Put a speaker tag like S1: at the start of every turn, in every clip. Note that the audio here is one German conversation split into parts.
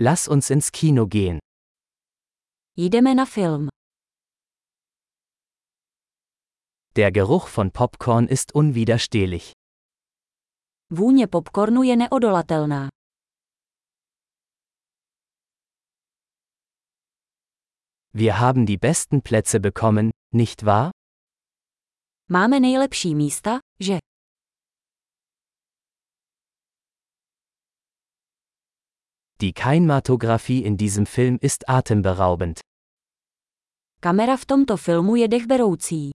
S1: Lass uns ins Kino gehen.
S2: Jdeme na film.
S1: Der Geruch von Popcorn ist unwiderstehlich.
S2: Vůně popcornu je neodolatelná.
S1: Wir haben die besten Plätze bekommen, nicht wahr?
S2: Máme nejlepší místa, že?
S1: Die Kinematographie in diesem Film ist atemberaubend.
S2: Kamera v tomto filmu je dechberoucí.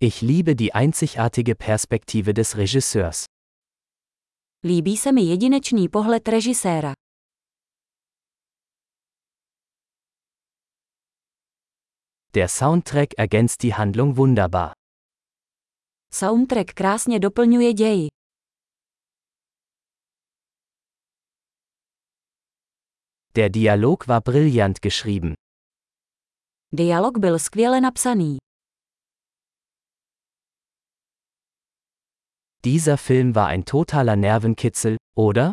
S1: Ich liebe die einzigartige Perspektive des Regisseurs.
S2: Líbí se mi jedinečný pohled režiséra.
S1: Der Soundtrack ergänzt die Handlung wunderbar.
S2: Soundtrack krásně doplňuje ději.
S1: Der Dialog war brillant geschrieben.
S2: Dialog byl skvěle napsaný.
S1: Dieser Film war ein totaler Nervenkitzel, oder?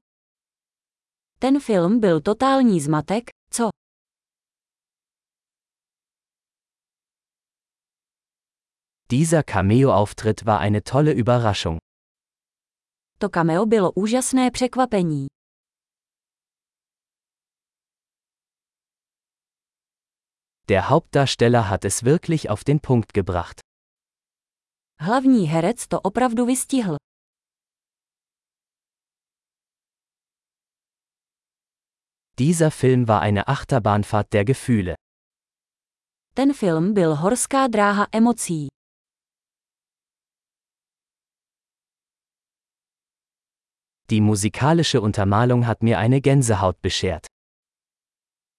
S2: Ten film byl totální zmatek, co?
S1: Dieser Cameo-Auftritt war eine tolle Überraschung.
S2: To cameo bylo úžasné překvapení.
S1: Der Hauptdarsteller hat es wirklich auf den Punkt gebracht.
S2: Hlavní herec to opravdu vystihl.
S1: Dieser Film war eine Achterbahnfahrt der Gefühle.
S2: Ten film byl horská dráha emocí.
S1: Die musikalische Untermalung hat mir eine Gänsehaut beschert.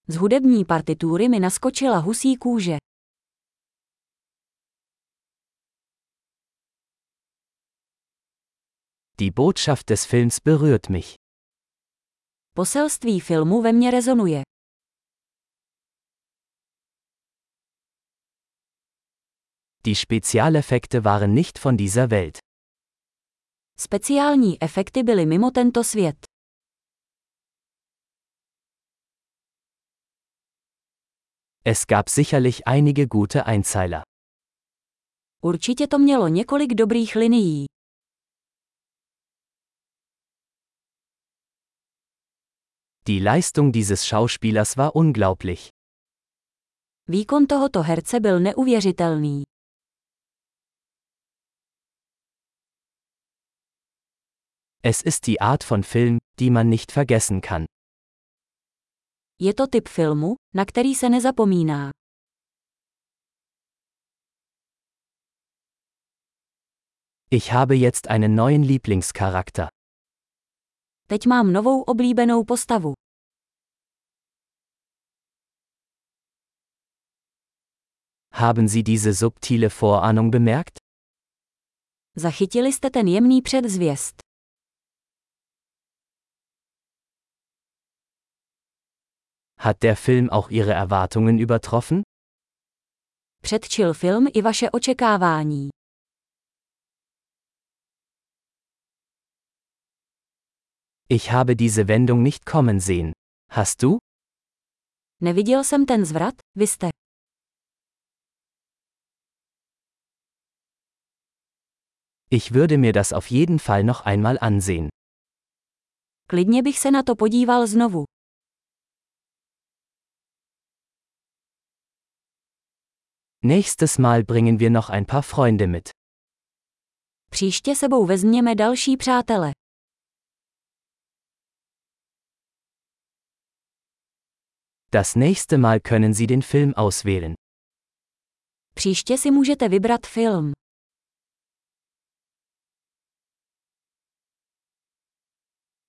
S2: Z hudební partitury mi naskočila husí kůže.
S1: Die Botschaft des Films berührt mich.
S2: Poselství filmu ve mně rezonuje.
S1: Die Spezialeffekte waren nicht von dieser Welt.
S2: Speciální efekty byly mimo tento svět.
S1: Es gab sicherlich einige gute Einzeiler.
S2: Určitě to mělo několik dobrých linií.
S1: Die Leistung dieses Schauspielers war unglaublich.
S2: Výkon tohoto herce byl neuvěřitelný.
S1: Es ist die Art von Film, die man nicht vergessen kann.
S2: Je to typ filmu, na který se nezapomíná.
S1: Ich habe jetzt einen neuen Lieblingscharakter.
S2: Teď mám novou oblíbenou postavu.
S1: Haben Sie diese subtile Vorahnung bemerkt?
S2: Zachytili jste ten jemný předzvěst.
S1: Hat der Film auch Ihre Erwartungen übertroffen?
S2: Předčil film i vaše očekávání.
S1: Ich habe diese Wendung nicht kommen sehen. Hast du?
S2: Neviděl jsem ten zvrat, vy jste.
S1: Ich würde mir das auf jeden Fall noch einmal ansehen.
S2: Klidně bych se na to podíval znovu.
S1: Nächstes Mal bringen wir noch ein paar Freunde mit.
S2: Příště sebou vezměme další přátele.
S1: Das nächste Mal können Sie den Film auswählen.
S2: Příště si můžete vybrat film.